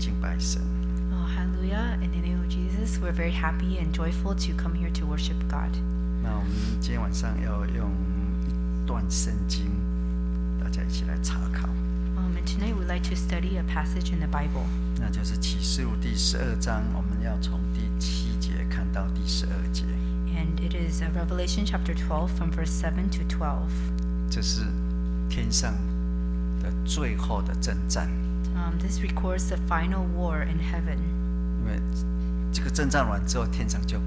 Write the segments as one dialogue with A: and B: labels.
A: comparison.
B: Oh, hallelujah. In the name of Jesus, we're very happy and joyful to come here to worship God.
A: 那我们今天晚上要用一段圣经，大家一起来查考，
B: Um, and tonight we'd like to study a passage in the Bible.
A: 那就是启示录第十二章，我们要从第七节看到第十二节，
B: And it is uh, Revelation chapter 12 from verse 7 to 12.
A: 这是天上的最后的征战，
B: Um, this records the final war in heaven.
A: 因为这个征战完之后，天上就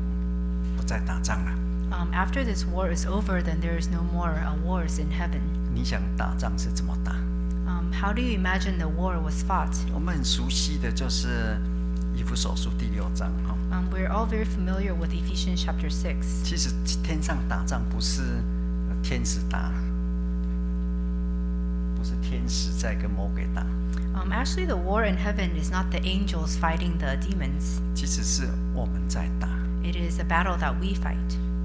A: 不再打仗了。
B: Um, after this war is over, then there is no more uh, wars in heaven.
A: 你想打仗是怎么打？
B: Um, how do you imagine the war was fought?
A: 我们很熟悉的就是以弗所书第六章哈、哦
B: Um, we're all very familiar with Ephesians chapter 6.
A: 其实天上打仗不是呃天使打，不是天使在跟魔鬼打，
B: Um, actually, the war in heaven is not the angels fighting the demons,
A: 其实是我们在打。
B: it is a battle that we fight.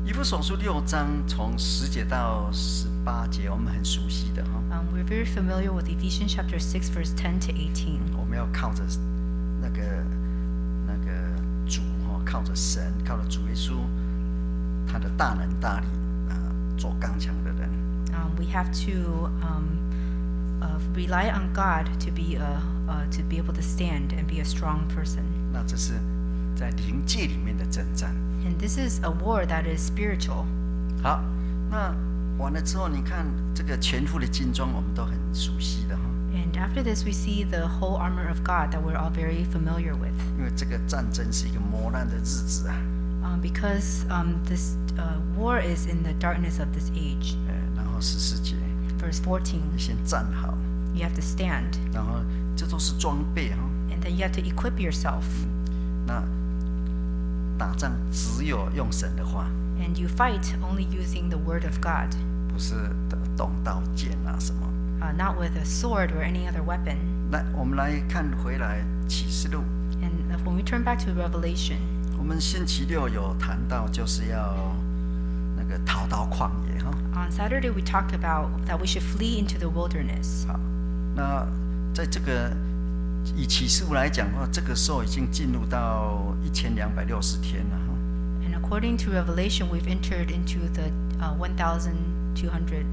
A: 以弗所书六章从十节到十八节，我们很熟悉的哈、哦
B: Um, we're very familiar with Ephesians chapter 6, verse 10 to 18.
A: 我们要靠着那个那个主哈、哦靠着神，靠着主耶稣，他的大能大力啊、呃做刚强的人。
B: Um, we have to um, uh, rely on God to be, a, uh, to be able to stand and be a strong person.
A: 那这是在灵界里面的征战。
B: And this is a war that is spiritual.
A: 好，那完了之后，你看这个全副的军装，我们都很熟悉的哈，
B: And after this, we see the whole armor of God that we're all very familiar with.
A: 因为这个战争是一个磨难的日子啊，
B: Um, because um, this uh, war is in the darkness of this age.
A: 呃，然后十四节，
B: Verse 14,
A: 你先站好，
B: you have to stand,
A: 然后这都是装备哈，
B: and then you have to equip yourself.
A: 那打仗只有用神的话，
B: And you fight only using the word of God,
A: 不是的动刀剑啊什么。
B: uh, not with a sword or any other weapon.
A: 来，我们来看回来启示录，
B: And uh, when we turn back to Revelation,
A: 我们星期六有谈到就是要那个逃到旷野哈。
B: on Saturday we talked about that we should flee into the wilderness.
A: 好，那在这个以启示录来讲的话，这个时候已经进入到一千两百六十天了哈。
B: And according to Revelation, we've entered into the uh, 1,200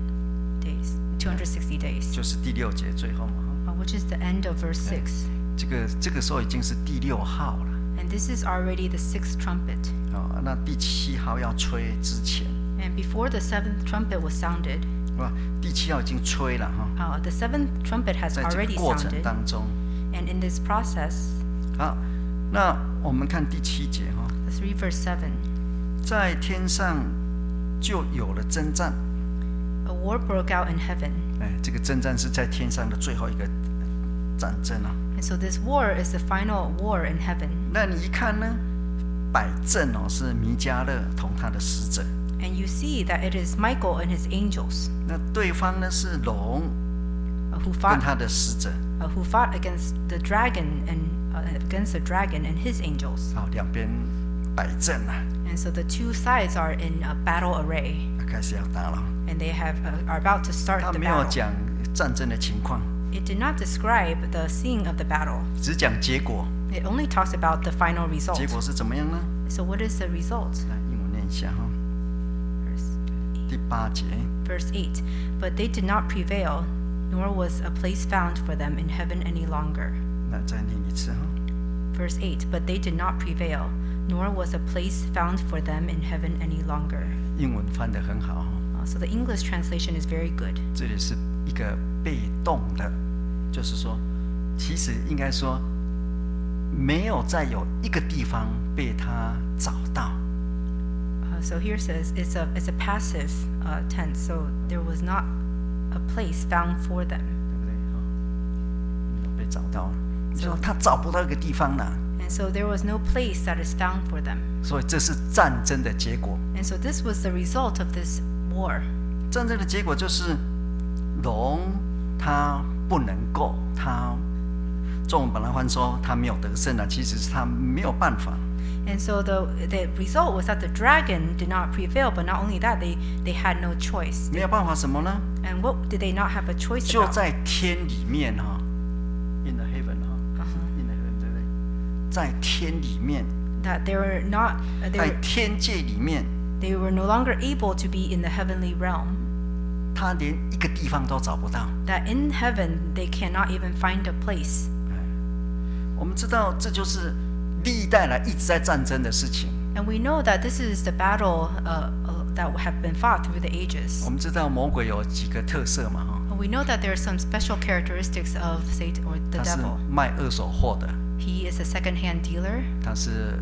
B: days, 260 days,
A: 就是第六节最后嘛。哈
B: uh, which is the end of verse 6.
A: 这个这个时候已经是第六号了
B: And this is already the sixth trumpet.
A: 啊、那第七号要吹之前，
B: And before the seventh trumpet was sounded,
A: 哇，第七号已经吹了哈，
B: uh, the seventh trumpet has
A: 在这个
B: already
A: 过程
B: sounded.
A: 当中，
B: And in this process,
A: 好，那我们看第七节哈，
B: the 3 verse 7,
A: 在天上就有了征战，
B: a war broke out in heaven.
A: 哎，这个征战是在天上的最后一个战争啊。
B: And so this war is the final war in heaven.
A: 那你一看呢，摆正哦是弥迦勒同他的使者，
B: And you see that it is Michael and his angels
A: 那对方呢是龙
B: uh, who
A: 跟
B: fought
A: 他的使者，
B: uh, who fought against the dragon and uh, against the dragon and his angels.
A: 好哦两边摆正啊了、
B: And so the two sides are in a battle array
A: 开始要打了。
B: and they have uh, are about to start
A: 他
B: the
A: 没有
B: battle.
A: 讲战争的情况，
B: It did not describe the scene of the battle.
A: 只讲结果，
B: It only talks about the final
A: 结
B: result.
A: 果是怎么样呢？
B: So what is the result?
A: 来，英文念一下哈、
B: Verse
A: 第八节，
B: verse 8 But they did not prevail, nor was a place found for them in heaven any longer.
A: 那再念一次哈、
B: Verse 8 But they did not prevail, nor was a place found for them in heaven any longer.
A: 英文翻得很好哈、
B: Uh, so the English translation is very good.
A: 这里是一个被动的，就是说，其实应该说，没有再有一个地方被他找到。
B: Uh, so here says it's a, it's a passive uh, tense, so there was not a place found for them.
A: 对不对？哈、没有被找到了。你说他找不到一个地方呢，
B: And so there was no place that is found for them.
A: 所以这是战争的结果。
B: And so this was the result of this war.
A: 战争的结果就是龙它不能够，它中文把它翻说它没有得胜了，其实是它没有办法。
B: And so the the result was that the dragon did not prevail, but not only that, they they had no choice.
A: 没有办法什么呢？
B: And what did they not have a choice
A: 就
B: about?
A: 在天里面哈、i n the heaven 哈、
B: Uh-huh.
A: i n the heaven 对不对？在天里面，
B: that they were not uh, they
A: 在
B: were,
A: 天界里面，
B: they were no longer able to be in the heavenly realm.
A: 他连一个地方都找不到。
B: That in heaven they cannot even find a place.
A: 我们知道，这就是历代来一直在战争的事情。
B: And we know that this is the battle uh, uh, that have been fought through the ages.
A: 我们知道魔鬼有几个特色嘛，哈，
B: And We know that there are some special characteristics of Satan or the
A: 他是
B: devil.
A: 卖二手货的，
B: He is a second-hand dealer.
A: 他是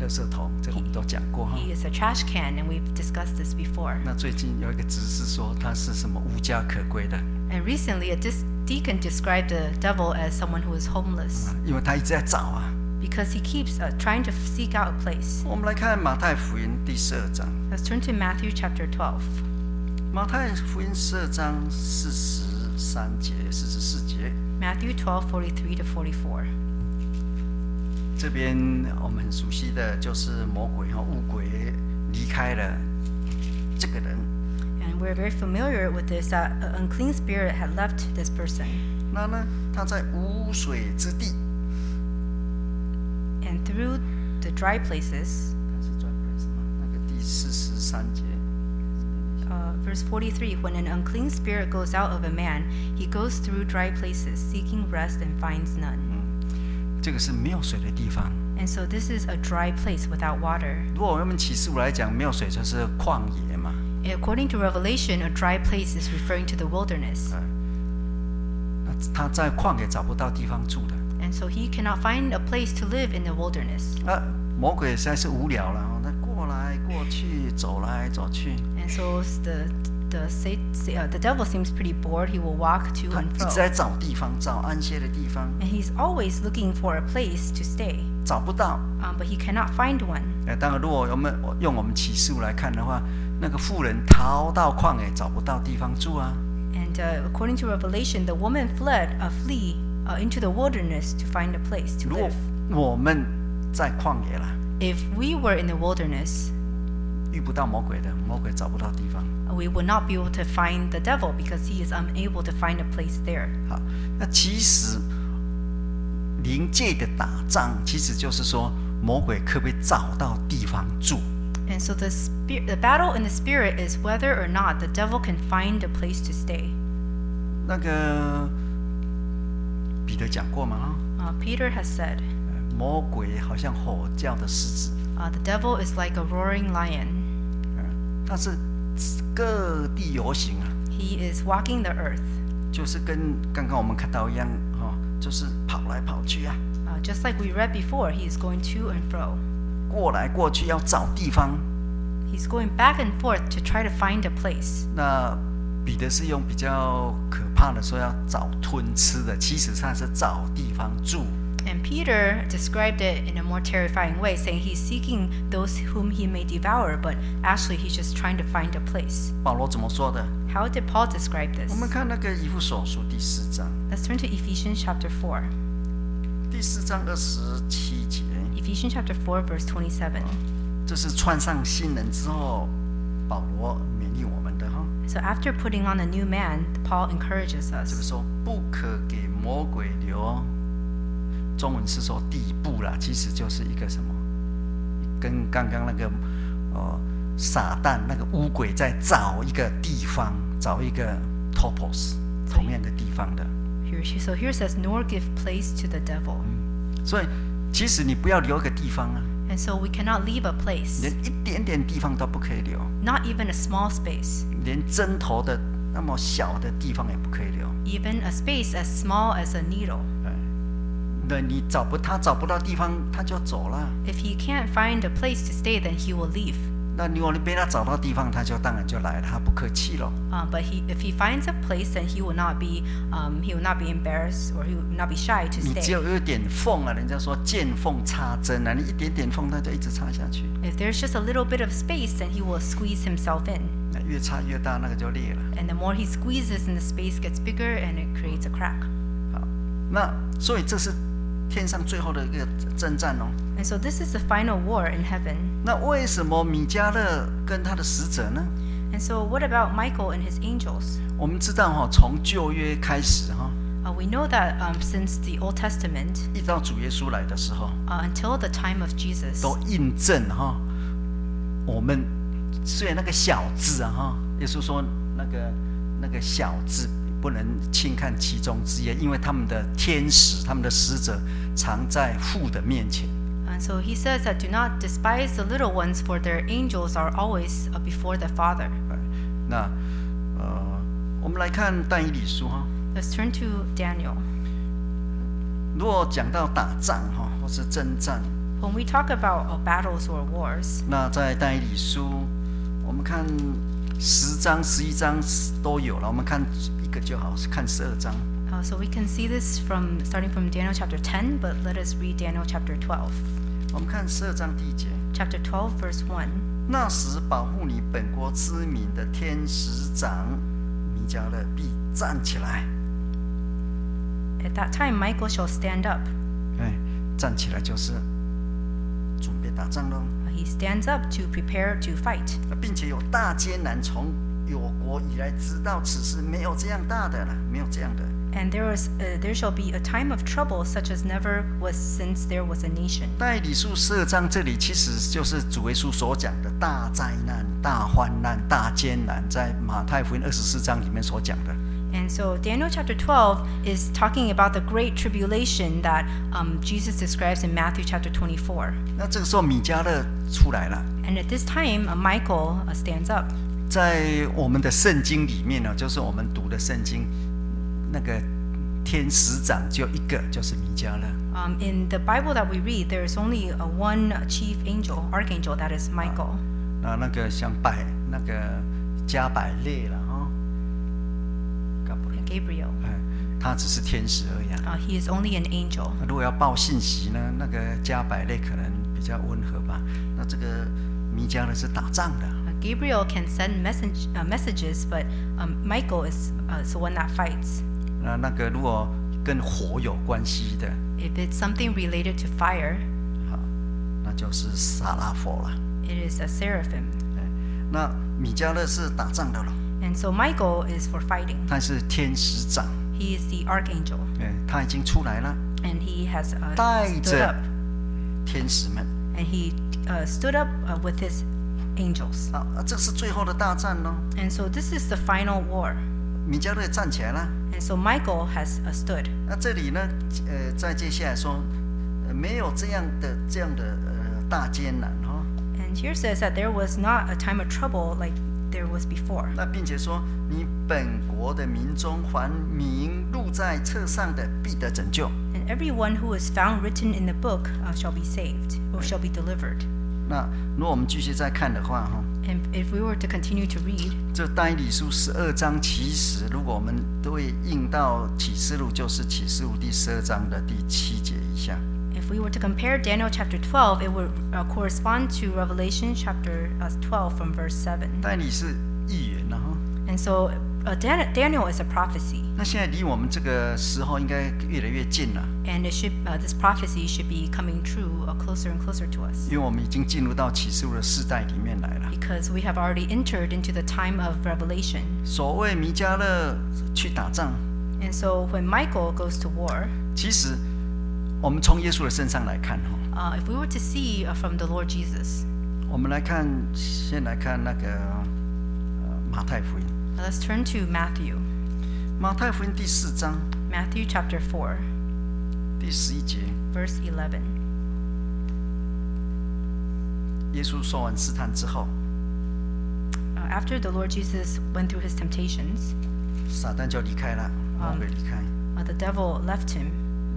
A: 垃圾桶，这个我们都讲过哈。
B: He is a trash can, and we've discussed this before.
A: 那最近有一个执事说他是什么无家可归的，
B: And recently, a dis- deacon described the devil as someone who is homeless
A: 因为他一直在找啊。
B: because he keeps uh, trying to f- seek out a place.
A: 我们来看马太福音第十二章，
B: Let's turn to Matthew chapter 12.
A: 马太福音十二章四十三节、四十四节，
B: Matthew 12, 43 to 44.
A: 这边哦我们很熟悉的就是魔鬼哈乌鬼离开了这个人，
B: And we're very familiar with this that an unclean spirit had left this person.
A: 那呢他在无水之地，
B: And through the dry places,
A: 他是专门什么？那个第四十三节，
B: uh, verse 43 when an unclean spirit goes out of a man, he goes through dry places, seeking rest and finds none.
A: 这个是没有水的地方。
B: And so this is a dry place without water.
A: 如果我们起诉来讲，没有水就是旷野嘛。
B: According to Revelation, a dry place is referring to the wilderness.
A: 呃那他在旷野找不到地方住的。
B: And so he cannot find a place to live in the wilderness.
A: 那啊魔鬼实在是无聊了哦，那过来过去，走来走去，
B: And so s- the the sa- sa- uh, the devil seems pretty bored. He will walk to
A: 他
B: and
A: 一直
B: fro,
A: 在找地方，找安歇的地方，
B: and he's always looking for a place to stay,
A: 找不到。
B: um, but he cannot find one.
A: 哎，当然，如果我们我用我们起诉来看的话，那个妇人逃到旷野，找不到地方住啊。
B: And uh, according to Revelation, the woman fled, a flee uh, into the wilderness to find a place to
A: 如果
B: live.
A: 我们在旷野啦，
B: If we were in the wilderness,
A: 遇不到魔鬼的，魔鬼找不到地方。
B: we would not be able to find the devil because he is unable to find a place there.
A: 好，那其实灵界的打仗，其实就是说魔鬼可不可以找到地方住？
B: And so the spirit, the battle in the spirit is whether or not the devil can find a place to stay.
A: 那个彼得讲过嘛，啊
B: Uh, Peter has said,
A: 魔鬼好像吼叫的狮子，
B: Uh, the devil is like a roaring lion.
A: 嗯，他是各地游行啊，
B: He is walking the earth,
A: 就是跟刚刚我们看到一样，哦，就是跑来跑去啊，
B: uh, just like we read before. He is going to and fro.
A: 过来过去要找地方。
B: He's going back and forth to try to find a place.
A: 那彼得是用比较可怕的说要找吞吃的，其实他是找地方住。
B: And Peter described it in a more terrifying way, saying he's seeking those whom he may devour, but actually he's just trying to find a place.
A: 保罗怎么说的？
B: How did Paul describe
A: 我
B: this?
A: 们看那个以弗所书第四章，
B: Let's turn to Ephesians chapter 4.
A: 第四章二十七节，
B: Ephesians chapter 4, verse 27.
A: 这是穿上新人之后，保罗勉励我们的哈，
B: So after putting on a new man, Paul encourages
A: 这个
B: us.
A: 说不可给魔鬼留，中文是说地步啦，其实就是一个什么，跟刚刚那个呃撒旦那个乌鬼在找一个地方，找一个 topos 同样的地方的，
B: Here, so here it says, nor give place to the devil.
A: 所以其实你不要留一个地方啊，
B: And so we cannot leave a place,
A: 连一点点地方都不可以留。
B: not even a small space,
A: 连针头的那么小的地方也不可以留。
B: even a space as small as a needle.
A: 哎，那你找不他找不到地方，他就走了。
B: If he can't find a place to stay, then he will leave.
A: 那如果你被他找到地方，他就当然就来了，他不客气了。
B: Um, but he, if he finds a place, then he will not be, um, he will not be embarrassed or he will not be shy to
A: 你只
B: stay.
A: 有有一点缝啊，人家说见缝插针啊，你一点点缝，他就一直插下去，
B: If there's just a little bit of space, then he will squeeze himself in.
A: 那越插越大，那个就裂了。
B: And the more he squeezes, and the space gets bigger, and it creates a crack.
A: 好，那所以这是天上最后的一个征战哦。
B: And so this is the final war in heaven.
A: 那为什么米迦勒跟他的使者呢？
B: And so what about Michael and his angels?
A: 我们知道哈、哦，从旧约开始哈、
B: Uh, we know that um, since the Old Testament
A: 一直到主耶稣来的时候，
B: uh, until the time of Jesus,
A: 都印证哈，我们虽然那个小字啊哈，耶稣说那个那个小字不能轻看其中之一，因为他们的天使、他们的使者常在父的面前。
B: and Uh, so he says that do not despise the little ones, for their angels are always uh, before the Father.
A: 哎那呃，我们来看但以理书哈，
B: Let's turn to Daniel.
A: 如果讲到打仗哈，或是征战，
B: When we talk about uh, battles or wars,
A: 那在但以理书，我们看十章、十一章都有了，我们看一个就好，看十二章。
B: uh, so we can see this from starting from Daniel chapter 10, but let us read Daniel chapter 12.
A: 我们看十二章第一节。
B: Chapter 12, verse 1.
A: 那时保护你本国之民的天使长米迦勒必站起来，
B: At that time, Michael shall stand up.
A: 哎，站起来就是准备打仗喽，
B: Uh, He stands up to prepare to fight.
A: 并且有大艰难，从有国以来直到此时没有这样大的了，没有这样的。
B: And there is, uh, there shall be a time of trouble such as never was since there was a nation.
A: 代理书十二章这里其实就是主耶稣所讲的大灾难、大患难、大艰难，在马太福音二十四章里面所讲的。
B: And so Daniel chapter 12 is talking about the great tribulation that um, Jesus describes in Matthew chapter 24.
A: 那这个时候米迦勒出来了。
B: And at this time, uh, Michael uh, stands up.
A: 在我们的圣经里面呢，就是我们读的圣经，那个天使长就一个，就是弥迦勒。
B: Um, in the Bible that we read, there is only uh, one chief angel, archangel, that is Michael.
A: 那那个像百那个加百列了哈、哦，搞不
B: and uh, Gabriel.
A: 哎，他只是天使而已、啊。
B: Uh, he is only an angel.
A: 那如果要报信息呢，那个加百列可能比较温和吧。那这个弥迦勒是打仗的，
B: Uh, Gabriel can send message, uh, messages, but um, Michael is uh, is the one that fights.
A: 那那个如果跟火有关系的，
B: If it's something related to fire,
A: 好，那就是撒拉佛了。
B: it is a seraphim.
A: 哎，那米迦勒是打仗的了。
B: And so Michael is for fighting.
A: 他是天使长，
B: He is the archangel,
A: 哎，他已经出来了，
B: and he has uh,
A: 带
B: stood
A: 着
B: up,
A: 天使们
B: and he uh, stood up uh, with his angels.
A: 啊啊，这是最后的大战喽。
B: And so this is the final war.
A: 米迦勒站起来了。
B: And so Michael has uh, stood.
A: 那这里呢，呃，再接下来说，呃没有这样的这样的呃大艰难哈、哦。
B: And here says that there was not a time of trouble like there was before.
A: 那并且说，你本国的民中还名录在册上的必得拯救。
B: And everyone who is found written in the book uh, shall be saved, or shall be delivered.
A: 那如果我们继续再看的话哈、
B: And if we were to continue to read,
A: 这单理书十二章，其实如果我们对应到启示录，就是启示录第十二章的第七节以下。
B: if we were to compare Daniel chapter 12, it would uh, correspond to Revelation chapter uh, 12 from verse 7.
A: 但你是议员了哈。
B: And so uh, Dan- Daniel is a prophecy,
A: 那现在离我们这个时候应该越来越近了，
B: and it should, uh, this prophecy should be coming true uh, closer and closer to us
A: 因为我们已经进入到启示录的世代里面来了。
B: because we have already entered into the time of Revelation.
A: 所谓弥迦勒去打仗，
B: And so when Michael goes to war,
A: 其实我们从耶稣的身上来看哈，
B: uh, if we were to see uh, from the Lord Jesus,
A: 我们来看，先来看那个呃马太福音，
B: now uh, let's turn to Matthew,
A: 马太福音第四章
B: Matthew chapter 4,
A: 第十一节，
B: verse 11.
A: 耶稣受完试探之后，
B: Uh, after the Lord Jesus went through his temptations,
A: 撒旦就离开了，魔鬼离开。
B: uh, the devil left him.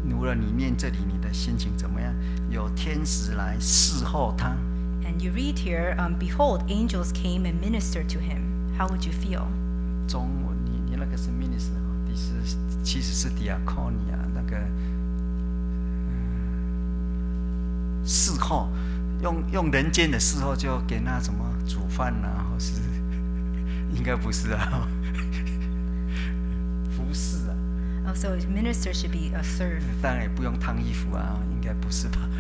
A: 如了你念这里，你的心情怎么样？有天使来侍候他。
B: And you read here, um, Behold, angels came and ministered to him. How would you feel?
A: 中文，你你那个是 minister，哦第十其实是 diaconia 那个呃嗯侍候，用用人间的侍候就给那什么煮饭呐、啊，或是应该不是啊， 服侍啊，
B: Oh, so minister should be a serve.
A: 当然也不用烫衣服啊，应该不是吧？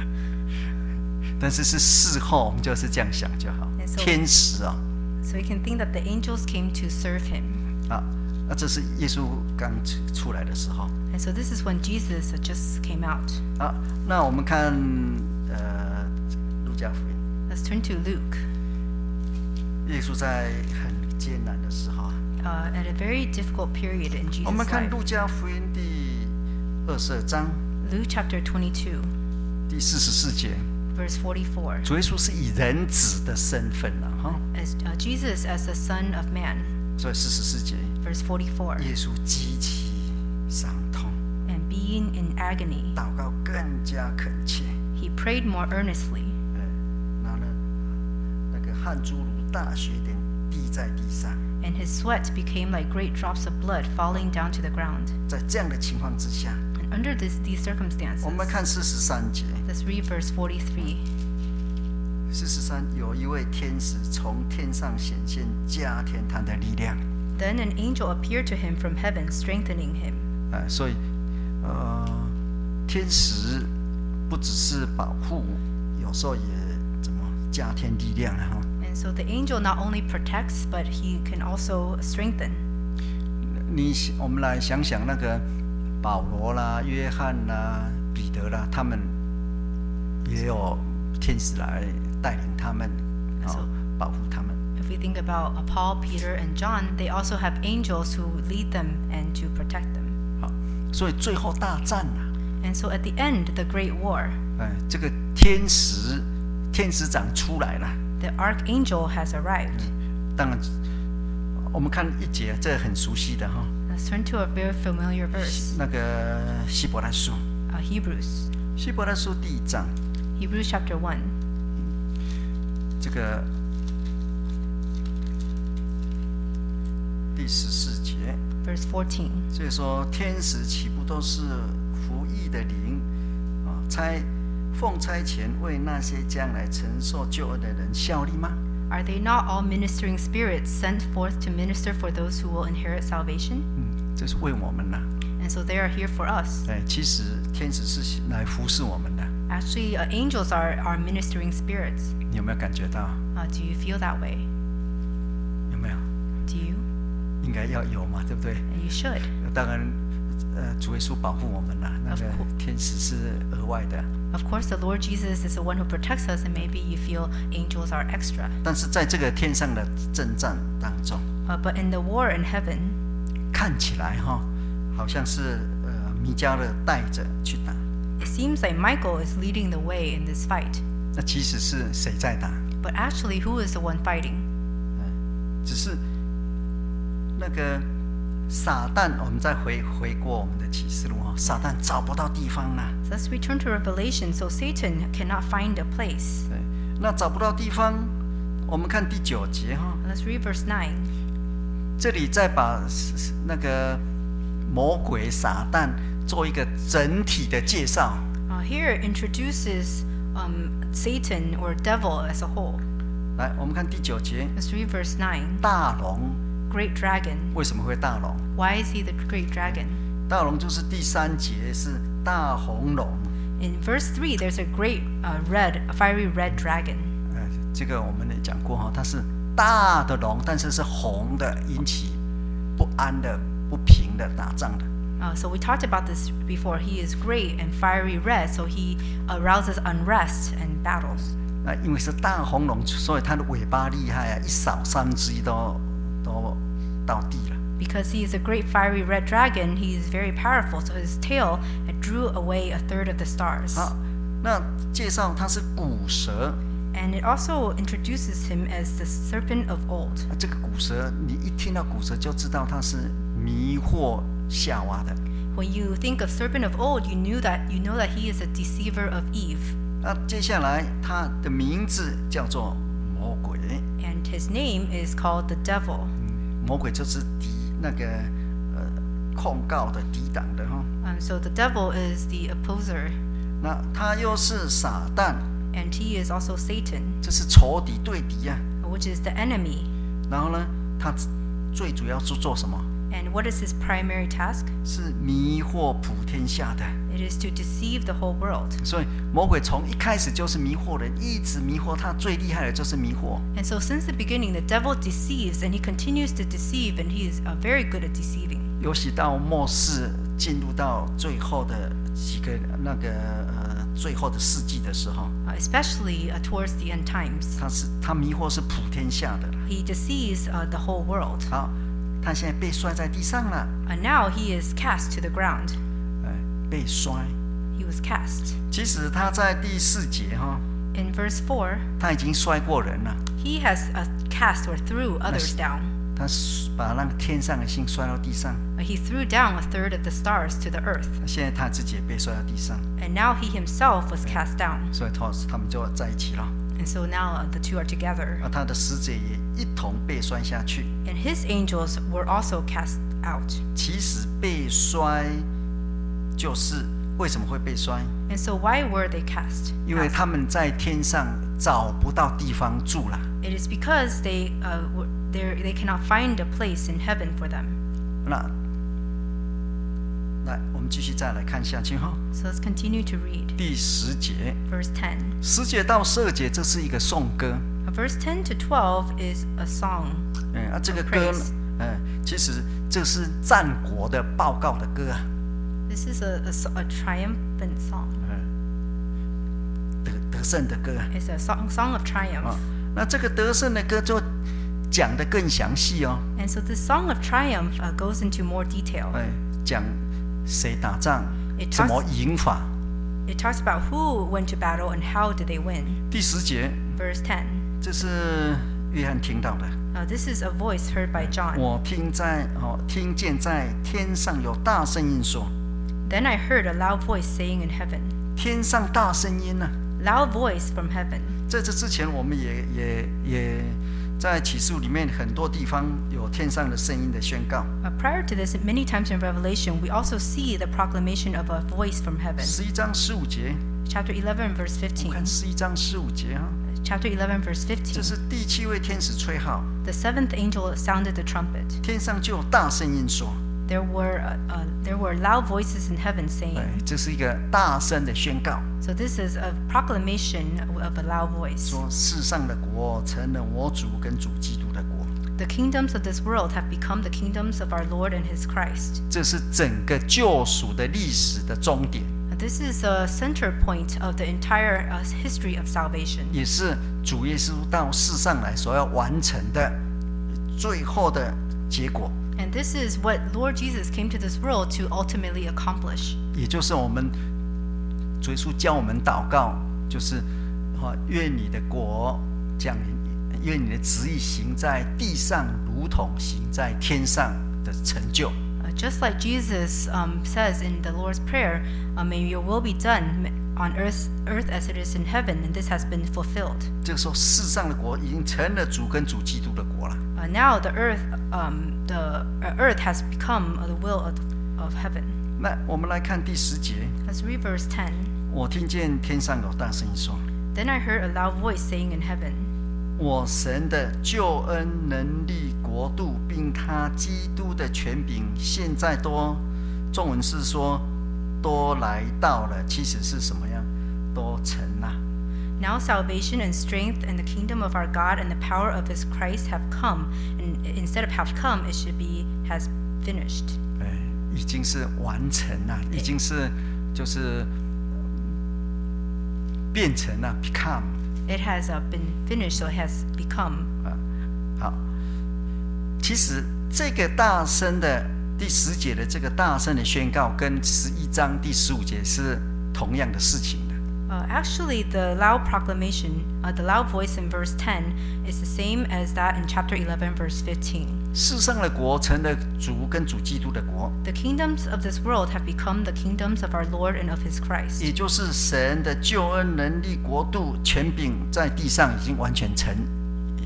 A: 但是是侍候，我们就是这样想就好
B: Yes,。so-
A: 天使啊，
B: So you can think that the angels came to serve him.
A: 啊，那这是耶稣刚出出来的时候
B: And so this is when Jesus had just came out.
A: 啊。那我们看呃路加福音，
B: Let's turn to Luke.
A: 耶稣在很艰难的时候啊，
B: Uh, at a very difficult period in
A: 我
B: Jesus'
A: 们看
B: life.
A: 路加福音第二十二章
B: Luke chapter 22,
A: 第四十四节，
B: verse 44.
A: 主耶稣是以人子的身份啊，哈，
B: As uh, Jesus as the Son of Man,
A: 所以四十四节，
B: verse 44.
A: 耶稣极其伤痛，
B: And being in agony,
A: 祷告更加恳切。
B: he prayed more earnestly.
A: 哎，然后呢，那个汗珠如大雪点滴在地上。
B: and his sweat became like great drops of blood falling down to the ground.
A: 在这样的情况之下，
B: And under this, these circumstances,
A: 我们看四十三节，
B: let's read verse 43.
A: 四十三有一位天使从天上显现，加添他的力量。
B: Then an angel appeared to him from heaven, strengthening him.
A: 哎，所以，呃，天使不只是保护，有时候也怎么加添力量啊？哈
B: And so the angel not only protects, but he can also strengthen.
A: 你我们来想想那个保罗啦、约翰啦、彼得啦，他们也有天使来带领他们，啊、
B: 错
A: 保护他们。
B: If we think about uh, Paul, Peter, and John, they also have angels who lead them and to protect them.
A: 好，所以最后大战啊，
B: And so at the end, the great war,
A: 哎，这个天使天使长出来了。
B: the archangel has arrived.
A: 当然，我们看一节，这很熟悉的哈、
B: Let's turn to a very familiar verse,
A: 那个希伯来书，
B: uh, Hebrews,
A: 希伯来书第一章，
B: Hebrews chapter 1.
A: 这个第十四节。
B: verse 14.
A: 所以说，天使岂不都是服役的灵啊？差奉差遣为那些将来承受救恩的人效力吗？
B: Are they not all ministering spirits sent forth to minister for those who will inherit salvation?
A: 嗯，这是为我们呐、
B: And so they are here for us.
A: 哎，其实天使是来服侍我们的，
B: Actually, uh, angels are, are ministering spirits.
A: 你有没有感觉到？
B: Uh, do you feel that way?
A: 有没有？
B: Do you?
A: 应该要有嘛，对不对？
B: And you should.
A: 当然，呃，主耶稣保护我们啦、那
B: Of
A: 个
B: course.
A: 天使是额外的，
B: Of course, the Lord Jesus is the one who protects us, and maybe you feel angels are extra.
A: 但是在这个天上的征战当中，
B: Uh, but in the war in heaven,
A: 看起来哈、好像是呃弥迦勒带着去打，
B: it seems like Michael is leading the way in this fight.
A: 那其实是谁在打？
B: But actually, who is the one fighting?
A: 只是那个撒旦，我们再回回过我们的启示录哈、撒旦找不到地方啦、
B: So let's return to Revelation. So Satan cannot find a place.
A: 对，那找不到地方，我们看第九节哈、
B: Let's read verse 9.
A: 这里再把那个魔鬼撒旦做一个整体的介绍。
B: Uh, here it introduces um, Satan or devil as a whole.
A: 来，我们看第九节，
B: Let's read verse 9.
A: 大龙
B: Great dragon.
A: 为什么会大龙？
B: Why is he the great dragon?
A: 大龙就是第三节是大红龙，
B: In verse 3, there's a great uh, red, a fiery red dragon.
A: 呃，这个我们也讲过哈、它是大的龙，但是是红的，引起不安的、不平的、打仗的。
B: Uh, so we talked about this before. He is great and fiery red, so he arouses unrest and battles.
A: 那因为是大红龙，所以它的尾巴厉害啊，一扫三只都都到地了。
B: Because he is a great fiery red dragon, he is very powerful, so his tail drew away a third of the stars.
A: 好，啊那介绍它是古蛇，
B: And it also introduces him as the serpent of old.
A: 啊这个古蛇，你一听到古蛇就知道它是迷惑夏娃的。
B: When you think of serpent of old, you knew that you know that he is a deceiver of Eve,
A: 那接下来它的名字叫做魔鬼，
B: and his name is called the devil.
A: 魔鬼就是敌那个呃控告的、抵挡的哈、
B: Um, so the devil is the opposer,
A: 那它又是撒旦，
B: and he is also Satan,
A: 这是仇敌对敌啊。
B: which is the enemy.
A: 然后呢，它最主要是做什么？
B: And what is his primary task?
A: 是迷惑普天下的。
B: It is to deceive the whole world.
A: 所以魔鬼从一开始就是迷惑人，一直迷惑他，最厉害的就是迷惑。
B: And so, since the beginning, the devil deceives and he continues to deceive, and he is uh, very good at deceiving.
A: 尤其到末世进入到最后的几个那个呃最后的世纪的时候，
B: Uh, especially uh, towards the end times.
A: 他是他迷惑是普天下的了
B: He deceives uh, the whole world.
A: 好，他现在被摔在地上了，
B: And now he is cast to the ground.
A: 哎，被摔。
B: He was cast.
A: 其实他在第四节哈、
B: In verse 4,
A: 他已经摔过人了，
B: he has uh, cast or threw others down.
A: 他把那个天上的星摔到地上，
B: Uh, He threw down a third of the stars to the earth.
A: 现在他自己也被摔到地上，
B: And now he himself was cast down.
A: 所以他他们就在一起了。啊
B: And so now uh, the two are together.
A: 而他的使者也一同被摔下去。
B: And his angels were also cast out.
A: 其实被摔就是为什么会被摔，
B: And so why were they cast?
A: 因为
B: out?
A: 他们在天上找不到地方住了。
B: It is because they uh, were- they're- they cannot find a place in heaven for them.
A: 那来，我们继续再来看下去哈、
B: So let's continue to read
A: 第十节，
B: verse 10.
A: 十节到十二节，这是一个颂歌。
B: Uh, Verse 10 to 12 is a song.
A: 嗯，啊，这个歌呢
B: Oh, Praise，
A: 嗯，其实这是战国的报告的歌啊。
B: This is a, a s- a triumphant song.
A: 嗯，得得胜的歌啊。
B: It's a song, song of triumph.
A: 啊那这个得胜的歌就讲的更详细哦。
B: And so this song of triumph uh, goes into more detail.
A: 哎，讲谁打仗，
B: It
A: 怎么
B: talks,
A: 赢法。
B: it talks about who went to battle and how did they win.
A: 第十节，
B: Verse 10.
A: 这是约翰听到的。
B: Now this is a voice heard by John.
A: 我听在哦，听见在天上有大声音说，
B: Then I heard a loud voice saying in heaven,
A: 天上大声音呢、
B: loud voice from heaven.
A: 在这之前，我们也也也在启示录里面很多地方有天上的声音的宣告。
B: Uh, prior to this, many times in Revelation, we also see the proclamation of a voice from heaven.
A: 十一章十五节，
B: Chapter 11, verse
A: 我
B: 15.
A: 看十一章十五节啊，
B: Chapter 11, verse 15.
A: 这是第七位天使吹号，
B: The seventh angel sounded the trumpet.
A: 天上就有大声音说，
B: There were uh, uh, there were loud voices in heaven
A: 哎
B: saying.
A: 这是一个大声的宣告，
B: So this is a proclamation of a loud voice.
A: 说世上的国成了我主跟主基督的国，
B: The kingdoms of this world have become the kingdoms of our Lord and His Christ.
A: 这是整个救赎的历史的终点，
B: This is a center point of the entire uh, history of salvation.
A: 也是主耶稣到世上来所要完成的最后的结果。
B: And this is what Lord Jesus came to this world to ultimately accomplish.
A: 也就是我们主耶稣教我们祷告，就是啊，愿你的国降临，愿你的旨意行在地上，如同行在天上的成就。
B: Uh, just like Jesus um, says in the Lord's Prayer, uh, may your will be done m- on earth, earth as it is in heaven, and this has been fulfilled.
A: 这个时候，世上的国已经成了主跟主基督的国了。
B: Uh, now the earth, um, the uh, earth has become uh, the will of, of heaven.
A: 那我们来看第十节，
B: Let's read verse 10.
A: 我听见天上有大声音说
B: Then I heard a loud voice saying in heaven,：“
A: 我神的救恩能力、国度，并他基督的权柄，现在多，中文是说多来到了，其实是什么样？多成啊了、
B: Now salvation and strength and the kingdom of our God and the power of his Christ have come. And instead of have come, it should be has finished.
A: 哎，已经是完成了，已经是就是变成了 become。”
B: It has uh, been finished, so it has become.
A: 好，其实这个大声的第十节的这个大声的宣告，跟十一章第十五节是同样的事情的。
B: Uh, actually, the loud proclamation, uh, the loud voice in verse 10, is the same as that in chapter 11, verse 15.
A: 世上的国成了主跟主基督的国，
B: The kingdoms of this world have become the kingdoms of our Lord and of his Christ.
A: 也就是神的救恩能力、国度、权柄在地上已经完全成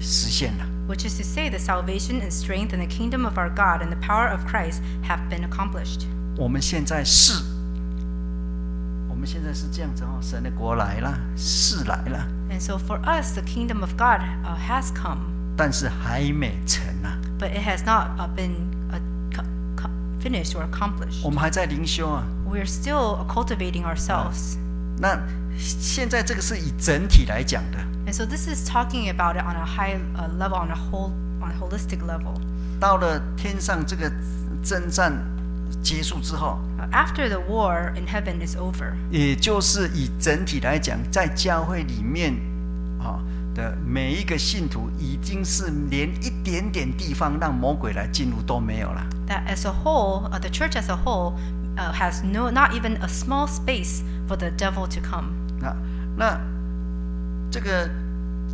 A: 实现了。
B: which is to say the salvation and strength and the kingdom of our God and the power of Christ have been accomplished.
A: 我们现在是，我们现在是这样子哦，神的国来了，是来了，
B: And so for us, the kingdom of God uh, has come,
A: 但是还没成啊，
B: but it has not uh, been uh, co- co- finished or accomplished.
A: 我们还在灵修啊。
B: we're still cultivating ourselves.
A: 那现在这个是以整体来讲的，
B: And so this is talking about it on a high uh, level, on a whole, on a holistic level.
A: 到了天上这个征战结束之后，
B: Uh, After the war in heaven is over,
A: 也就是以整体来讲，在教会里面啊的每一个信徒，已经是连一点点地方让魔鬼来进入都没有了。
B: that as a whole, uh, the church as a whole, uh, has no, not even a small space for the devil to come.
A: 那那这个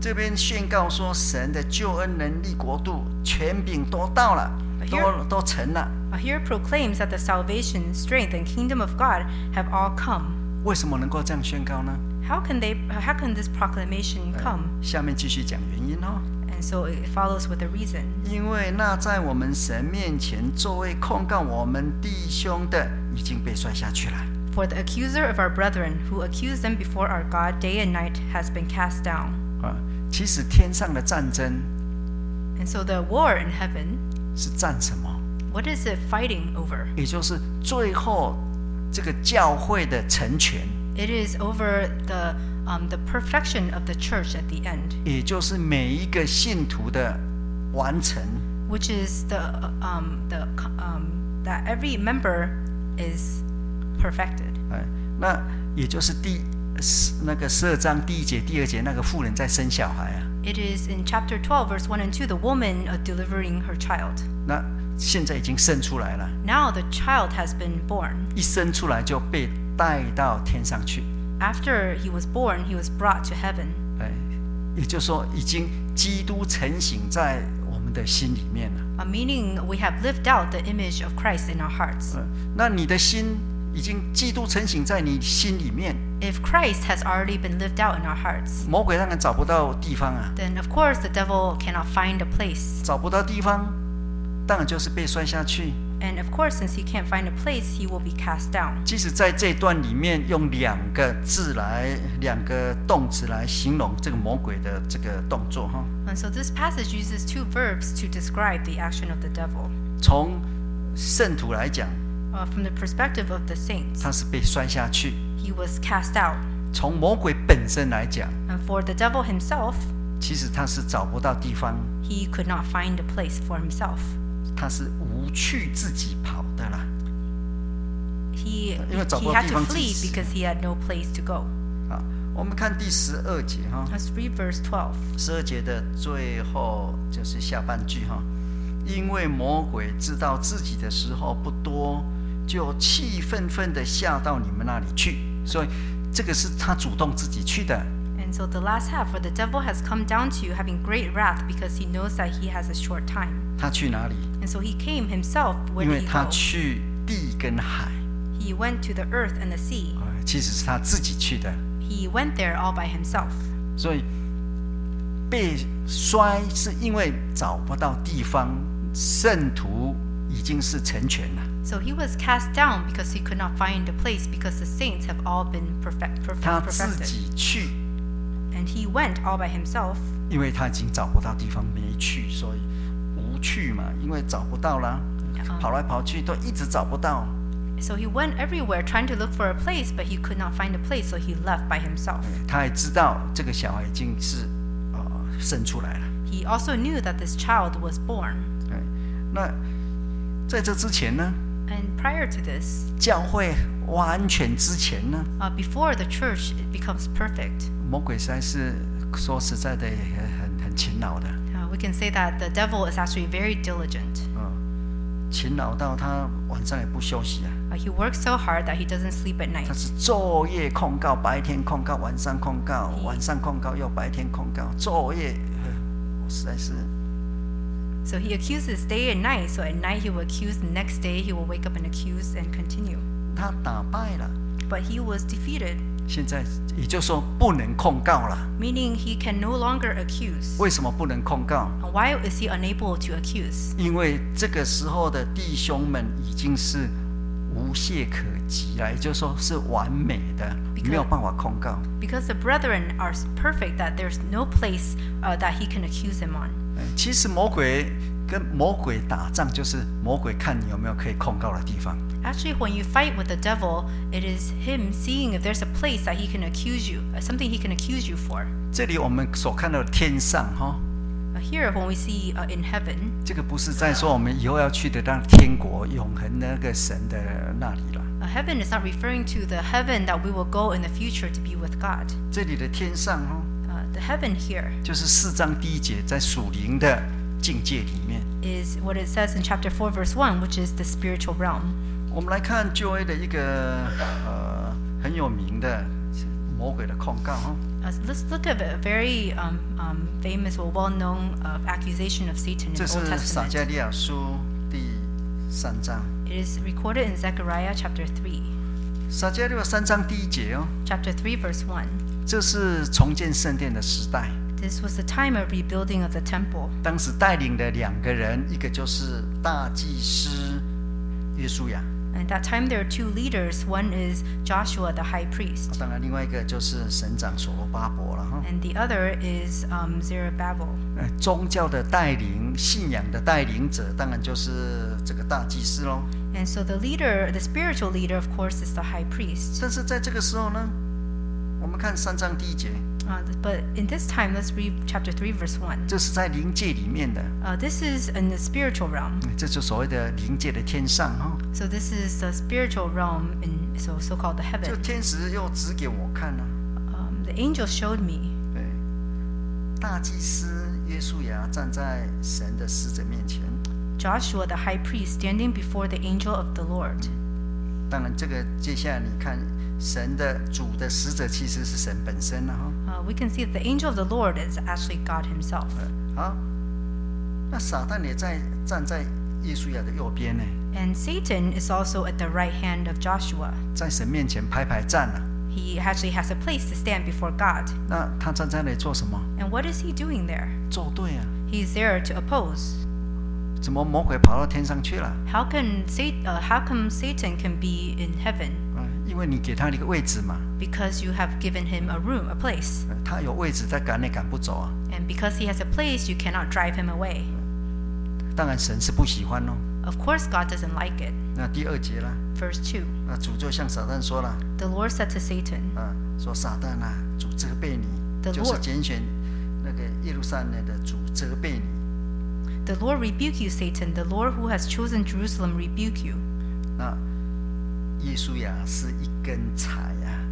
A: 这边宣告说，神的救恩能力、国度、权柄都到了，都都成了。
B: Uh, here it proclaims that the salvation, strength, and kingdom of God have all come.
A: 为什么能够这样宣告呢？
B: How can they? uh, How can this proclamation come?
A: 下面继续讲原因哦。
B: And so it follows with a reason.
A: 因为那在我们神面前作为控告我们弟兄的，已经被摔下去了。
B: For the accuser of our brethren, who accused them before our God day and night, has been cast down.
A: 啊，其实天上的战争
B: And so the war in heaven,
A: 是战什么？
B: what is it fighting over?
A: 也就是最后这个教会的成全，
B: It is over the um, the perfection of the church at the end,
A: 也就是每一个信徒的完成。
B: which is the uh, um, the co- um, that every member is perfected.
A: 哎，那也就是第十那个十二章第一节、第二节那个妇人在生小孩啊。
B: It is in chapter 12, verse 1 and 2, the woman uh, delivering her child.
A: 那现在已经生出来了，
B: Now the child has been born.
A: 一生出来就被带到天上去。
B: After he was born, he was brought to heaven.
A: 哎，也就是说，已经基督成形在我们的心里面了。
B: Uh, meaning we have lived out the image of Christ in our hearts.
A: 嗯，那你的心已经基督成形在你心里面，
B: If Christ has already been lived out in our hearts,
A: 魔鬼当然找不到地方啊，
B: then of course the devil cannot find a place.
A: 找不到地方，当然就是被摔下去。
B: And of course, since he can't find a place, he will be cast down.
A: 即使在这段里面用两个字来、两个动词来形容这个魔鬼的这个动作哈，
B: And so this passage uses two verbs to describe the action of the devil.
A: 从圣徒来讲，
B: Uh, from the perspective of the saints,
A: 他是被摔下去；
B: he was cast out.
A: 从魔鬼本身来讲，
B: And for the devil himself,
A: 其实他是找不到地方，
B: he could not find a place for himself.
A: 他是无趣自己跑的啦。
B: He, he
A: 因为找不到
B: had to
A: 地方自己
B: flee because he had no place to go.
A: 啊，我们看第十二节哈，
B: Let's read verse 12.
A: 十二节的最后就是下半句哈，因为魔鬼知道自己的时候不多，就气愤愤的下到你们那里去，所以这个是他主动自己去的。
B: And so the last half, for the devil has come down to you having great wrath because he knows that he has a short time.
A: 他去哪里？
B: And so he came himself, where
A: 因
B: did
A: 为
B: he
A: 他
B: go?
A: 去地跟海，
B: He went to the earth and the sea.
A: 呃其实是他自己去的，
B: He went there all by himself.
A: 所以被摔是因为找不到地方，圣徒已经是成全了。
B: So he was cast down because he could not find a place because the saints have all been perfect, perfect,
A: 他自
B: perfected.
A: 己去，
B: And he went all by himself
A: 因为他已经找不到地方没去，所以无趣嘛，因为找不到啦，
B: 嗯
A: 跑来跑去都一直找不到。
B: Um, So he went everywhere trying to look for a place, but he could not find a place, so he left by himself.
A: 他也知道这个小孩已经是呃生出来了。
B: He also knew that this child was born.
A: 哎，那在这之前呢，
B: And prior to this,
A: 教会完全之前呢，
B: uh, before the church it becomes perfect,
A: 魔鬼实在是说实在的也很很很勤劳的，
B: uh, we can say that the devil is actually very diligent.
A: 嗯，勤劳到他晚上也不休息啊，
B: Uh, he works so hard that he doesn't sleep at
A: 他
B: night.
A: 是昼夜控告，白天控告，晚上控告，晚上控告又白天控告，昼夜，呃我实在是
B: So he accuses day and night. So at night he will accuse, the next day he will wake up and accuse and continue.
A: 他打败了，
B: But he was defeated,
A: 现在也就是说不能控告了。
B: meaning he can no longer accuse.
A: 为什么不能控告？
B: And why is he unable to accuse?
A: 因为这个时候的弟兄们已经是无懈可击了，也就是说是完美的，
B: Because-
A: 没有办法控告。
B: Because the brethren are s- perfect, that there's no place uh, that he can accuse him on.
A: 哎其实魔鬼跟魔鬼打仗，就是魔鬼看你有没有可以控告的地方。
B: Actually, when you fight with the devil, it is him seeing if there's a place that he can accuse you, uh, something he can accuse you for.
A: 这里我们所看到的天上哈，
B: Uh, Here, when we see uh, in heaven,
A: 这个不是在说我们以后要去的那天国永恒的那个神的那里了。
B: uh, heaven is not referring to the heaven that we will go in the future to be with God.
A: 这里的天上哦，
B: Uh, the heaven here
A: 就是四章第一节在属灵的境界里面。
B: is what it says in chapter 4, verse 1, which is the spiritual realm.
A: 我们来看旧约的一个呃很有名的魔鬼的控告哦，
B: Uh, let's look at a very um, um, famous or well known uh, accusation of Satan in
A: 这
B: the
A: 是
B: Old
A: 撒
B: Testament.
A: 加利亚书第三章。
B: It is recorded in Zechariah chapter 3,
A: 撒加利亚三章第一节哦，
B: chapter 3, verse 1.
A: 这是重建圣殿的时代。
B: This was the time of rebuilding of the temple.
A: 当时带领的两个人，一个就是大祭司约书亚，
B: At that time, there are two leaders. One is Joshua, the high priest,
A: 当然另外一个就是省长所罗巴伯了哈。
B: and the other is um, Zerubbabel.
A: 呃，宗教的带领、信仰的带领者，当然就是这个大祭司喽。
B: And so the leader, the spiritual leader, of course, is the high priest.
A: 但是在这个时候呢，我们看三章第一节，
B: Uh, but in this time, let's read chapter 3, verse 1.
A: 这是在灵界里面的，
B: Uh, this is in the spiritual realm.
A: 嗯这就所谓的灵界的天上哈、
B: So this is the spiritual realm, in so so-called
A: 就
B: the heaven.
A: 天使又指给我看了、
B: Um, the angel showed me
A: 对，大祭司约书亚站在神的使者面前，
B: Joshua the high priest standing before the angel of the Lord.
A: 当然这个接下来你看，神的主的使者其实是神本身了、哈。
B: Uh, we can see that the angel of the Lord is actually God Himself.
A: 好，啊那撒旦也在站在耶稣亚的右边呢，
B: And Satan is also at the right hand of Joshua.
A: 在神面前排排站了、
B: He actually has a place to stand before God.
A: 啊那他站在那里做什么？
B: And what is he doing there?
A: 作对啊！
B: He's there to oppose.
A: 怎么魔鬼跑到天上去了？
B: How can Satan, uh, how come Satan can be in heaven?
A: 嗯，因为你给他一个位置嘛，
B: Because you have given him a room, a place.
A: 呃他有位置，他赶也赶不走啊。
B: And because he has a place, you cannot drive him away.
A: 当然神是不喜欢哦。
B: Of course, God doesn't like it.
A: 那第二节啦，
B: Verse 2.
A: 那主就向撒旦说了，
B: The Lord said to Satan,
A: 啊，说撒旦啊，主责备你，
B: The
A: 就是
B: Lord-
A: 拣选那个耶路撒冷的主责备你。
B: The Lord rebuke you, Satan. The Lord who has chosen Jerusalem rebuke you.
A: 那耶稣呀是一根柴啊，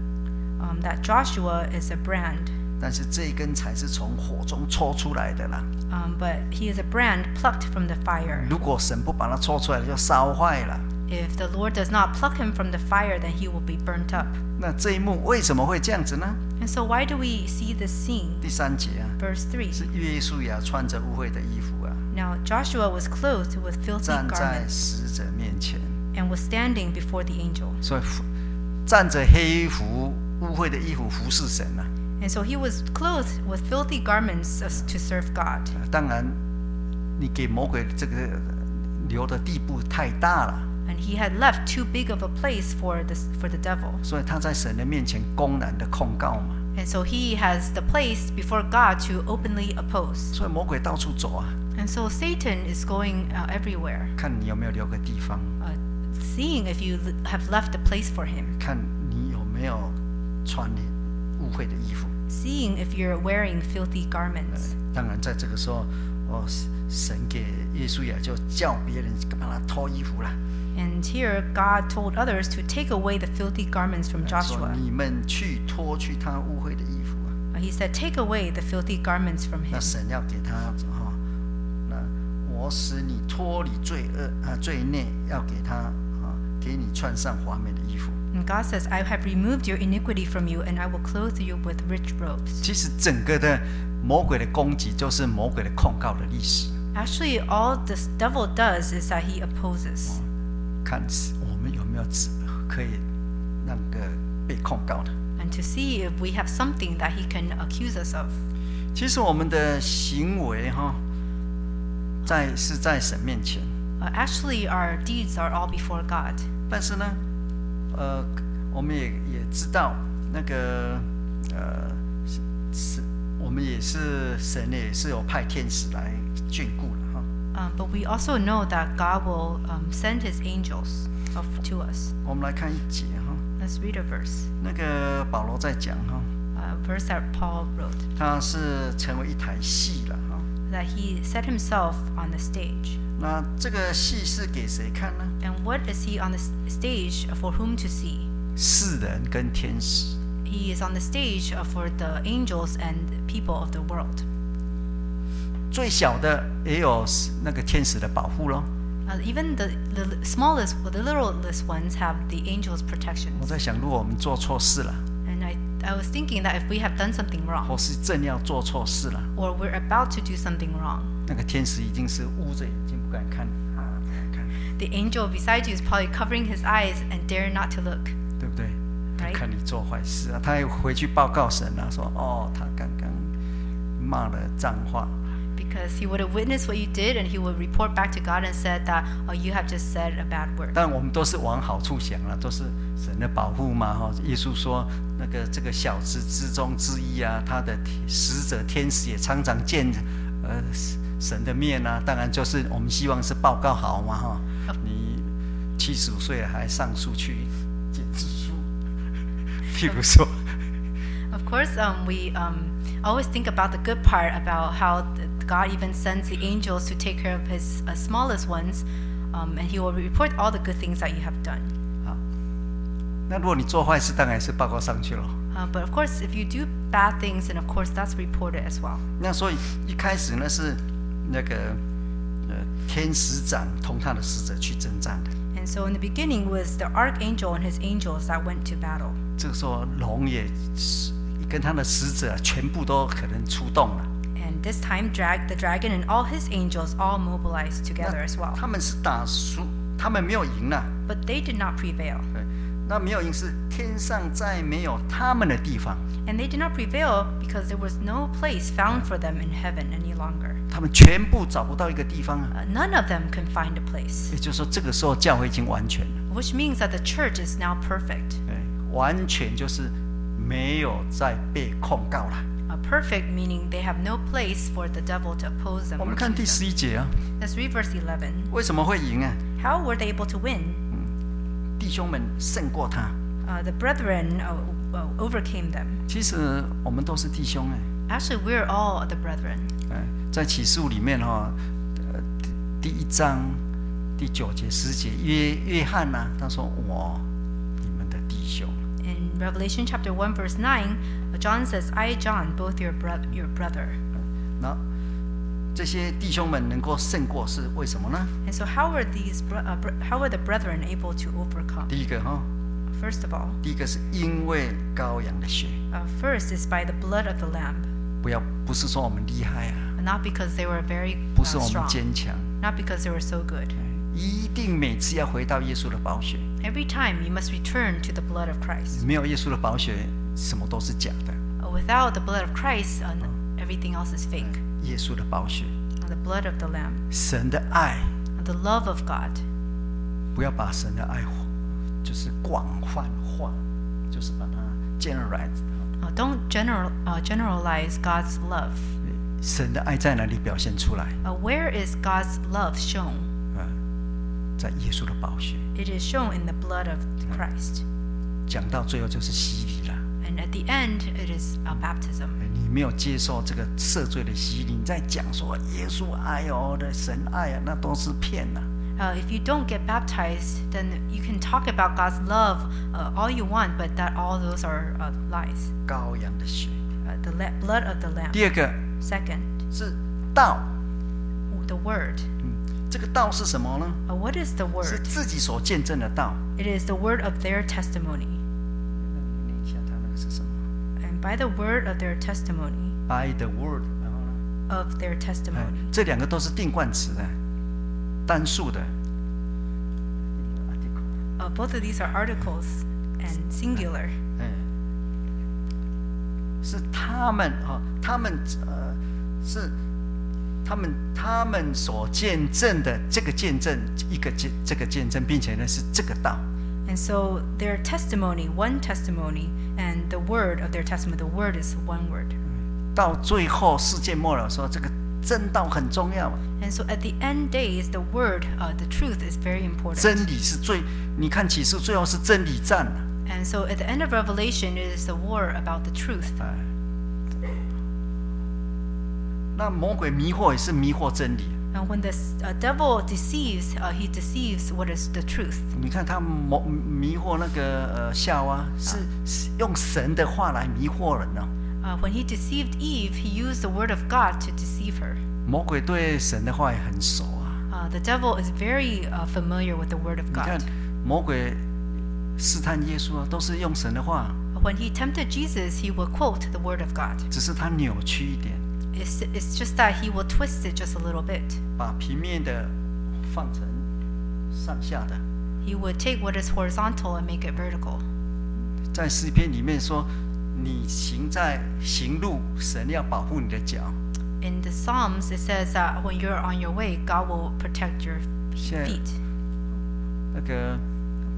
B: Um, that Joshua is a brand,
A: 但是这一根柴是从火中抽出来的啦。
B: um, but he is a brand plucked from the fire.
A: 如果神不把它抽出来，就烧坏了。
B: If the Lord does not pluck him from the fire, then he will be burnt up.
A: 那这一幕为什么会这样子呢？
B: And so, why do we see this scene?
A: 第三节啊，
B: Verse 3.
A: 是约书亚穿着污秽的衣服啊，
B: Now Joshua was clothed with filthy
A: 站在
B: garments
A: 死者面前，
B: and was standing before the angel.
A: 所以服站着黑衣服、污秽的衣服服侍神啊。
B: And so he was clothed with filthy garments as- to serve God.
A: 呃当然，你给魔鬼这个留的地步太大了，
B: And he had left too big of a place for the, for the devil.
A: 所以他在神的面前公然的控告嘛。
B: And so he has the place before God to openly oppose.
A: 所以魔鬼到处走啊，
B: And so Satan is going uh, everywhere,
A: 看你有没有留个地方，
B: uh, seeing if you l- have left a place for him,
A: 看你有没有穿你污秽的衣服。
B: seeing if you're wearing filthy garments.
A: 当然，在这个时候，哦，神给耶稣亚就叫别人把他脱衣服了。
B: And here God told others to take away the filthy garments from
A: 说
B: Joshua.
A: 你们去脱去他污秽的衣服啊，
B: Uh, He said, Take away the filthy garments from
A: 那
B: him.
A: 神要给他哈、那我使你脱离罪恶啊罪孽，要给他啊，给你穿上华美的衣服。
B: And God says, I have removed your iniquity from you, and I will clothe you with rich robes.
A: 其实整个的魔鬼的攻击就是魔鬼的控告的历史。
B: Actually, all this devil does is that he opposes.
A: 看我们有没有只可以那个被控告的。
B: and to see if we have something that he can accuse us of.
A: 其实我们的行为哈、在是在神面前，
B: Uh, actually, our deeds are all before God.
A: 但是呢，呃，我们也也知道那个呃是是，我们也是神也是有派天使来眷顾了哈。
B: Um, but we also know that God will um, send his angels. of, to us.
A: 我们来看一节哈，
B: Let's read a verse,
A: 那个保罗在讲哈，
B: a verse that Paul wrote,
A: 他是成为一台戏了哈。
B: that he set himself on the stage.
A: 那这个戏是给谁看呢？
B: And what is he on the s- stage for whom to see?
A: 世人跟天使。
B: He is on the stage uh, for the angels and people of the world.
A: 最小的也有那个天使的保护咯。
B: Uh, even the, the smallest, well, the littlest ones have the angels'
A: 我
B: protection.
A: 在想，如果我们做错事了，
B: And I, I was thinking that if we have done something
A: 或
B: wrong,
A: 是正要做错事了，
B: or we're about to do something wrong,
A: 那个天使已经是捂着眼睛不敢看啊，不敢看，
B: the angel beside you is probably covering his eyes and dare not to look,
A: 对不对？他
B: right?
A: 看你做坏事啊，他又回去报告神啊，说哦，他刚刚骂了脏话，
B: Because he would have witnessed what you did and he would report back to God and said that, oh, you have just said a bad word.
A: 但我们都是往好处想了，都是神的保护嘛，哈、耶稣说，那个这个小子之中之一啊，他的使者天使也常常见，呃，神的面啊。当然就是我们希望是报告好嘛，哈、你七十五岁了还上书去见书， 譬如说，
B: Of course, um, we um, always think about the good part about how th- God even sends the angels to take care of His uh, smallest ones, um, and He will report all the good things that you have done.
A: 那如果你做坏事，当然是报告上去了。
B: Uh, but of course, if you do bad things, and of course that's reported as well.
A: 那所以一开始呢是那个呃天使长同他的使者去征战的。
B: And so in the beginning was the archangel and his angels that went to battle.
A: 这个时候龙也是跟他的使者全部都可能出动了。
B: And this time, drag the dragon and all his angels all mobilized together as
A: 那
B: well.
A: 他们是打输，他们没有赢了。
B: But they did not prevail,
A: 对，那没有赢是天上再没有他们的地方，
B: and they did not prevail because there was no place found for them in heaven any longer.
A: 他们全部找不到一个地方啊。
B: Uh, none of them can find a place,
A: 也就是说，这个时候教会已经完全了，
B: which means that the church is now perfect.
A: 对，完全就是没有再被控告了。
B: A perfect meaning they have no place for the devil to oppose them.
A: 我
B: or
A: 们看
B: accuse
A: 第
B: them.
A: 十一节啊，
B: Let's read verse 11.
A: 为什么会赢啊？
B: How were they able to win?
A: 弟兄们胜过他。
B: Uh, the brethren uh, uh, overcame them.
A: 其实我们都是弟兄哎、
B: Actually, we're all the brethren.
A: 哎，在起诉里面哈、呃，第第一章第九节、十节，约约翰呐、他说我你们的弟兄，
B: In Revelation chapter 1, verse 9, uh, John says, I, John, both your, bro- your brother.
A: 那这些弟兄们能够胜过是为什么呢？
B: And so, how were these? Bro- uh, br- how were the brethren able to overcome?
A: 第一个哈、
B: First of all,
A: 第一个是因为羔羊的血，
B: uh, first is by the blood of the Lamb.
A: 不要不是说我们厉害啊，
B: not because they were very
A: 不
B: uh,
A: 是我们
B: strong,
A: 坚强，哎
B: not because they were so good.
A: 一定每次要回到耶稣的宝血，
B: Every time you must return to the blood of Christ.
A: 没有耶稣的宝血，什么都是假的。
B: Uh, Without the blood of Christ, uh, n- everything else is fake.
A: 耶稣的宝血，
B: Uh, The blood of the Lamb,
A: 神的爱，
B: uh, the love of God.
A: 不要把神的爱就是广泛化，就是把它 generalize。
B: Uh, Don't general uh, generalize God's love.
A: 神的爱在哪里表现出来？
B: Uh, Where is God's love shown?
A: 啊，在耶稣的宝血。
B: It is shown in the blood of Christ.
A: 讲到最后就是洗礼了。哎
B: And at the end, it is a baptism.
A: 你没有接受这个赦罪的洗礼，你在讲说耶稣爱哦的神爱啊，那都是骗呐、
B: Uh, if you don't get baptized, then you can talk about God's love uh, all you want, but that all those are uh, lies.
A: 羔羊的血。
B: uh, the la- blood of the lamb.
A: 第二个
B: Second,
A: 是道，嗯
B: the word.
A: 这个道是什么呢？
B: Uh, what is the
A: 是
B: word?
A: 自己所见证的道。
B: It is the word of their testimony.
A: 念一下它那个是什么
B: And by the word of their testimony,
A: ？By the word，然后呢？
B: of their
A: 哎
B: testimony.
A: 这两个都是定冠词的，单数的。
B: Uh, both of these are articles and singular.
A: 哎，是他们啊、他们呃，是他们他们所见证的这个见证，一个见这个见证，并且呢是这个道。
B: And so their testimony, one testimony, and the word of their testimony, the word is one word.
A: 到最后世界末了的时候，这个正道很重要嘛，
B: And so at the end days, the word, uh, the truth is very important.
A: 真理是最，你看启示最后是真理战啊
B: And so at the end of Revelation, it is the war about the truth.
A: 哎，那魔鬼迷惑也是迷惑真理。
B: And when the s- uh, devil deceives, uh, he deceives what is the truth.
A: 你看他魔迷惑那个呃夏娃，是是用神的话来迷惑人呢、哦
B: Uh, when he deceived Eve, he used the word of God to deceive her.
A: 魔鬼对神的话也很熟啊。
B: Uh, the devil is very uh, familiar with the word of
A: 你看
B: God.
A: 魔鬼试探耶稣啊，都是用神的话，
B: Uh, When he tempted Jesus, he will quote the word of God.
A: 只是他扭曲一点，
B: It's, it's just that he will twist it just a little bit.
A: 把平面的放成上下的。
B: He would take what is horizontal and make it vertical.
A: 在诗篇里面说，你行在行路，神要保护你的脚。
B: In the Psalms, it says that when you're on your way, God will protect your
A: 现在
B: feet.
A: 那个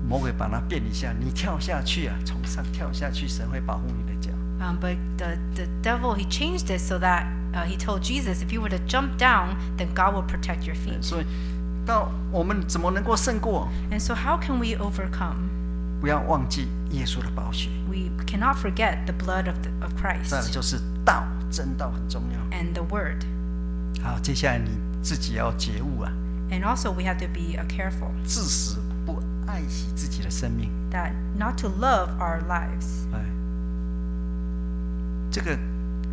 A: 魔鬼把它变一下，你跳下去啊，从上跳下去，神会保护你的脚。
B: Um, but the, the devil, he changed it so that uh, he told Jesus, if you were to jump down, then God will protect your feet.
A: 所以，到我们怎么能够胜过？
B: And so, how can we overcome?
A: 不要忘记耶稣的宝血。
B: We cannot forget the blood of, the, of
A: 再来
B: Christ
A: 就是道，真道很重要。
B: and the word.
A: 好，接下来你自己要觉悟啊，
B: And also, we have to be uh, careful
A: 至死不爱惜自己的生命。
B: that not to love our lives.
A: 哎，这个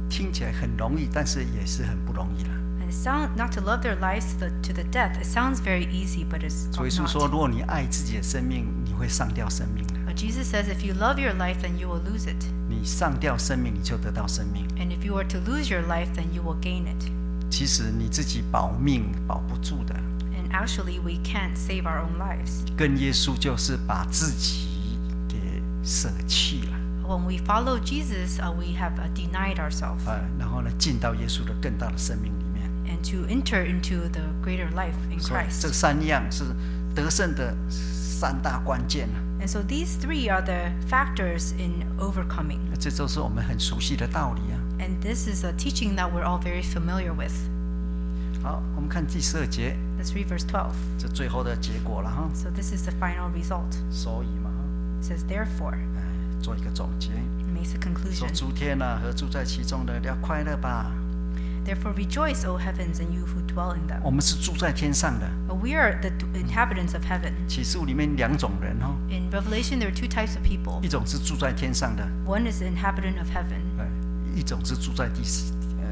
A: 听起来很容易，但是也是很不容易啦。
B: And it sound, not to love their lives to the, to the death. It sounds very easy, but it's
A: 所以说，说
B: not.
A: 如果你爱自己的生命，你会上吊生命的。
B: But Jesus says, if you love your life, then you will lose it.
A: 你上吊生命，你就得到生命。
B: And if you are to lose your life, then you will gain it.
A: 其实你自己保命保不住的，
B: And actually, we can't save our own lives.
A: 跟耶稣就是把自己给舍弃了，
B: When we follow Jesus, uh, we have uh, denied ourselves
A: 呃，然后呢，进到耶稣的更大的生命里面。
B: and to enter into the greater life in
A: 所以这
B: Christ.
A: 三样是得胜的三大关键啊
B: And so these three are the factors in overcoming.
A: 那这都是我们很熟悉的道理啊。
B: And this is a teaching that we're all very familiar with.
A: 好，我们看第十二节，
B: Let's read verse 12.
A: 这最后的结果了哈，
B: So this is the final result.
A: 所以嘛，
B: It says, therefore,
A: 哎，做一个总结，
B: it makes a
A: 说
B: conclusion.
A: 诸天呐、和住在其中的要快乐吧，
B: Therefore, rejoice, O heavens, and you who dwell in them.
A: 我们是住在天上的。
B: But we are the d- inhabitants of heaven.
A: 启示录里面两种人哦，
B: In Revelation, there are two types of people.
A: 一种是住在天上的，
B: One is the inhabitant of heaven.
A: 哎，一种是住在地呃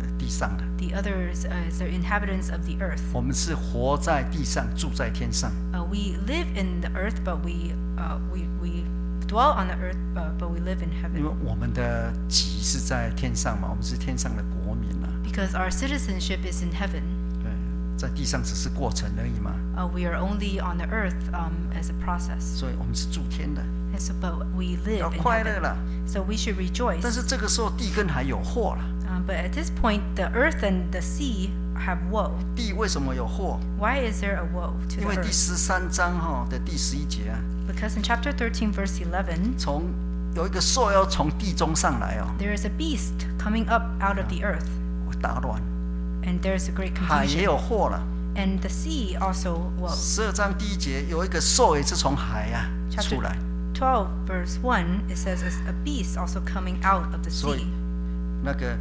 A: 呃地上的。
B: The others uh, is the inhabitants of the earth.
A: 我们是活在地上，住在天上。
B: Uh, we live in the earth, but we uh, we we dwell on the earth, uh, but we live in
A: 因
B: heaven
A: 为我们的籍是在天上嘛，我们是天上的国民啊。
B: because our citizenship is in heaven.
A: 对，在地上只是过程而已嘛，
B: Uh, we are only on the earth um, as a process,
A: 所以我们是住天的，
B: and so but we
A: 要
B: live in
A: 快乐
B: heaven.
A: 啦。
B: So we should
A: 但是
B: rejoice.
A: 这个时候地跟海有祸了，
B: Um, but at this point, the earth and the sea have woe.
A: 地为什么有祸？
B: Why is there a woe to
A: 因
B: the
A: 为第
B: earth?
A: 十三章哈的第十一节啊，
B: Because in chapter 13, verse 11,
A: 从有一个兽要从地中上来哦，
B: there is a beast coming up out of the earth,
A: 我大乱，
B: and there's a great
A: 海也
B: confusion.
A: 有祸了。
B: And the sea also woes.
A: 十二章第一节有一个兽也是从海啊
B: Chapter
A: 出来，
B: 12, verse 1, it says, "As a beast also coming out of the
A: 所
B: sea.
A: 以那个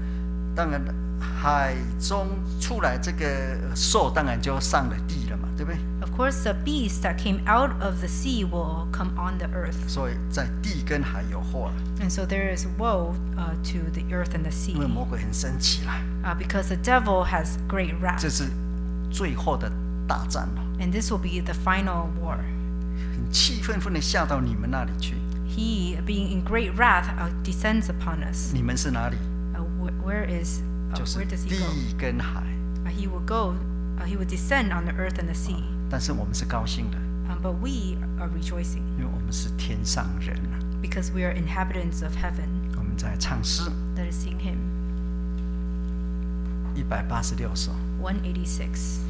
A: 当然海中出来这个兽当然就上了地了嘛，对不对？
B: Of course, the beast that came out of the sea will come on the earth.
A: 所以在地跟海有祸了，
B: And so there is woe uh, to the earth and the sea
A: 因为魔鬼很生气了，
B: uh, because the devil has great
A: 这
B: wrath.
A: 是最后的大战了，
B: And this will be the final war.
A: 很气愤愤的下到你们那里去。
B: He, being in great wrath, uh, descends upon us.
A: 你们是哪里？
B: Uh, wh- where is, uh,
A: 就是
B: where does he go?
A: 地跟海，
B: Uh, he will go, uh, he will descend on the earth and the sea.
A: 但是我们是高兴的，
B: Um, but we are rejoicing
A: 因为我们是天上人啊。
B: because we are inhabitants of heaven.
A: 我们在唱诗
B: Let us sing him.
A: 一百八十六首。
B: 186.